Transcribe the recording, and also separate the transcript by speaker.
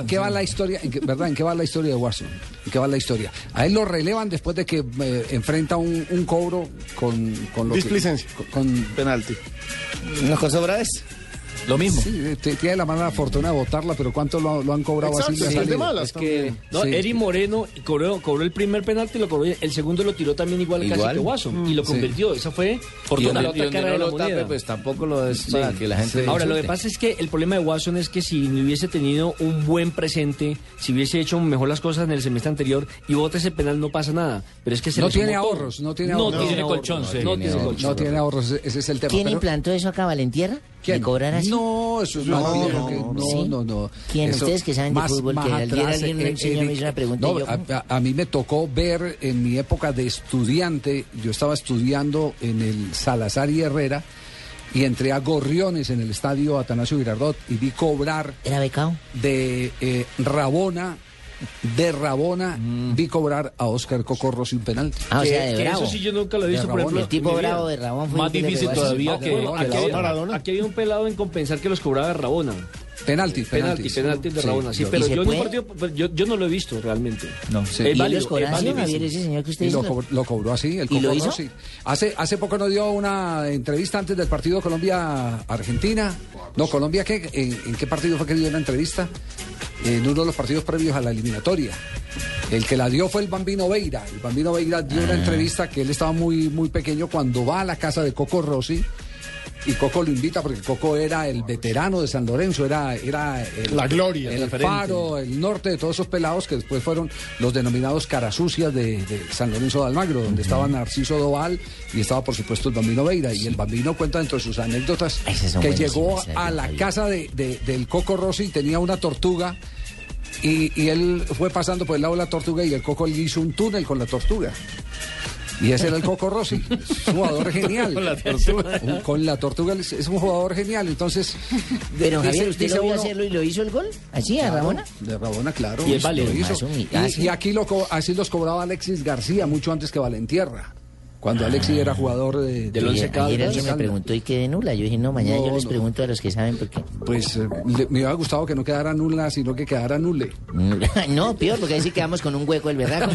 Speaker 1: ¿En qué va la historia? en qué- ¿Verdad? ¿En qué va la historia de Watson? ¿En qué va la historia? A él lo relevan después de que eh, enfrenta un, un cobro con, con lo que-
Speaker 2: Displicencia.
Speaker 1: con- con-
Speaker 2: Penalti. ¿No con sobra es? Lo mismo.
Speaker 1: sí, eh, te- tiene la mala fortuna de votarla, pero ¿cuánto lo, lo han cobrado
Speaker 2: Exacto,
Speaker 1: así? Le ha
Speaker 2: sí, es de
Speaker 1: salido.
Speaker 2: malas.
Speaker 3: Es que no,
Speaker 1: Sí.
Speaker 3: Eri Moreno cobró, cobró el primer penalti y lo cobró. El segundo lo tiró también igual, casi
Speaker 4: Igual.
Speaker 3: que Watson. y lo convirtió. Esa fue por
Speaker 4: Y
Speaker 3: toda
Speaker 4: donde,
Speaker 3: la
Speaker 4: y
Speaker 3: otra
Speaker 4: donde
Speaker 3: cara
Speaker 4: no
Speaker 3: de la
Speaker 4: lo tape,
Speaker 3: moneda.
Speaker 4: pues tampoco lo es para que la gente.
Speaker 3: Ahora, lo que
Speaker 4: insulte.
Speaker 3: pasa es que el problema de Watson es que si hubiese tenido un buen presente, si hubiese hecho mejor las cosas en el semestre anterior y vota ese penal, no pasa nada. Pero es que se
Speaker 1: No
Speaker 3: le sumó
Speaker 1: tiene
Speaker 3: todo.
Speaker 1: ahorros, no tiene
Speaker 3: No
Speaker 1: ahorros.
Speaker 3: tiene
Speaker 4: No,
Speaker 3: colchón,
Speaker 4: no
Speaker 3: sí.
Speaker 4: tiene
Speaker 3: no tiene
Speaker 4: ahorros.
Speaker 3: colchón.
Speaker 1: No tiene ahorros, ese es el tema.
Speaker 5: ¿Quién
Speaker 1: pero-
Speaker 5: implantó eso acá, Valentierra?
Speaker 1: ¿Quién?
Speaker 5: ¿De cobrar así?
Speaker 1: No, eso es
Speaker 2: No,
Speaker 1: más dinero
Speaker 2: no,
Speaker 1: que- no,
Speaker 5: ¿Sí?
Speaker 1: no, no.
Speaker 5: ¿Quién?
Speaker 1: Eso-
Speaker 5: Ustedes que saben de fútbol, que ayer alguien me enseñó, me hizo una pregunta
Speaker 1: eh, No,
Speaker 5: y yo-
Speaker 1: a, a- a mí me tocó ver en mi época de estudiante, yo estaba estudiando en el Salazar y Herrera y entré a Gorriones en el estadio Atanasio Girardot y vi cobrar
Speaker 5: ¿Era becado?
Speaker 1: de eh, Rabona, de Rabona,
Speaker 3: Mm.
Speaker 1: vi cobrar a Óscar Cocorros y un penalti.
Speaker 5: Ah, o
Speaker 3: Que-
Speaker 5: sea, de
Speaker 3: que
Speaker 5: bravo.
Speaker 3: Eso sí yo nunca lo he visto.
Speaker 1: De
Speaker 3: por
Speaker 1: Rabón.
Speaker 3: ejemplo,
Speaker 5: El tipo
Speaker 3: en mi vida.
Speaker 5: bravo de Rabón fue
Speaker 4: Más
Speaker 5: el que le
Speaker 4: difícil
Speaker 5: pegó así.
Speaker 4: todavía
Speaker 3: No, bueno,
Speaker 4: que
Speaker 3: aquí,
Speaker 4: la
Speaker 3: había-
Speaker 2: Maradona.
Speaker 3: aquí había un pelado en compensar que los cobraba de Rabona.
Speaker 1: Penalti, penalti.
Speaker 3: Penalti, penalti de
Speaker 1: Sí,
Speaker 3: Rabona. Sí,
Speaker 1: yo-
Speaker 3: pero
Speaker 5: ¿Y
Speaker 3: yo,
Speaker 5: se
Speaker 3: en un
Speaker 5: puede?
Speaker 3: partido, pero yo, yo no lo he visto realmente.
Speaker 4: No.
Speaker 1: Sí.
Speaker 3: Es
Speaker 5: ¿Y él
Speaker 3: válido,
Speaker 5: los cobraba
Speaker 3: es
Speaker 5: así,
Speaker 3: válido.
Speaker 5: Javier, ese señor que usted
Speaker 1: Y lo,
Speaker 5: dice?
Speaker 1: cobr- lo cobró así, el
Speaker 5: ¿Y lo
Speaker 1: Cocorro,
Speaker 5: hizo?
Speaker 1: sí. Hace, hace poco nos dio una entrevista antes del partido Colombia-Argentina. No, Colombia, ¿qué? ¿En, en qué partido fue que dio una entrevista? En uno de los partidos previos a la eliminatoria. El que la dio fue el Bambino Veira. El Bambino Veira dio
Speaker 5: Ah.
Speaker 1: una entrevista que él estaba muy, muy pequeño cuando va a la casa de Coco Rossi. Y Coco lo invita porque Coco era el veterano de San Lorenzo, era, era el-
Speaker 2: La gloria,
Speaker 1: el
Speaker 2: referente.
Speaker 1: faro, el norte de todos esos pelados que después fueron los denominados caras sucias de, de San Lorenzo de Almagro, donde estaba Narciso Doval y estaba por supuesto el Bambino Veira. Y el Bambino cuenta dentro de sus anécdotas
Speaker 5: Esas son
Speaker 1: que
Speaker 5: buenísimas,
Speaker 1: llegó
Speaker 5: esas,
Speaker 1: a la
Speaker 5: Javier.
Speaker 1: casa de- de- del Coco Rossi y tenía una tortuga. Y, y él fue pasando por el lado de la tortuga y el Coco le hizo un túnel con la tortuga. Y ese era el Coco Rossi, es un jugador genial. con la tortuga. Con la tortuga es es un jugador genial. Entonces,
Speaker 5: Pero Javier, ¿usted lo vio
Speaker 1: uno-
Speaker 5: hacerlo y lo hizo el gol? ¿Así, a
Speaker 1: Claro,
Speaker 5: Ramona?
Speaker 1: De Rabona, claro.
Speaker 3: Y es válido,
Speaker 1: lo hizo.
Speaker 5: más humilde.
Speaker 1: Y-
Speaker 5: Ah,
Speaker 1: y,
Speaker 5: sí.
Speaker 1: aquí lo, co- así los cobraba Alexis García mucho antes que Valentierra. Cuando Alexis era jugador de,
Speaker 3: Del Once
Speaker 5: Ayer,
Speaker 3: Caldas,
Speaker 5: ayer
Speaker 1: Caldas,
Speaker 5: alguien me
Speaker 1: Caldas.
Speaker 5: preguntó y quedé nula. Yo dije, no, mañana
Speaker 1: No,
Speaker 5: yo les
Speaker 1: no.
Speaker 5: pregunto a los que saben por qué.
Speaker 1: Pues eh, le- me hubiera gustado que no quedara nula, sino que quedara nule.
Speaker 5: No, peor, porque ahí sí quedamos con un hueco el verraco.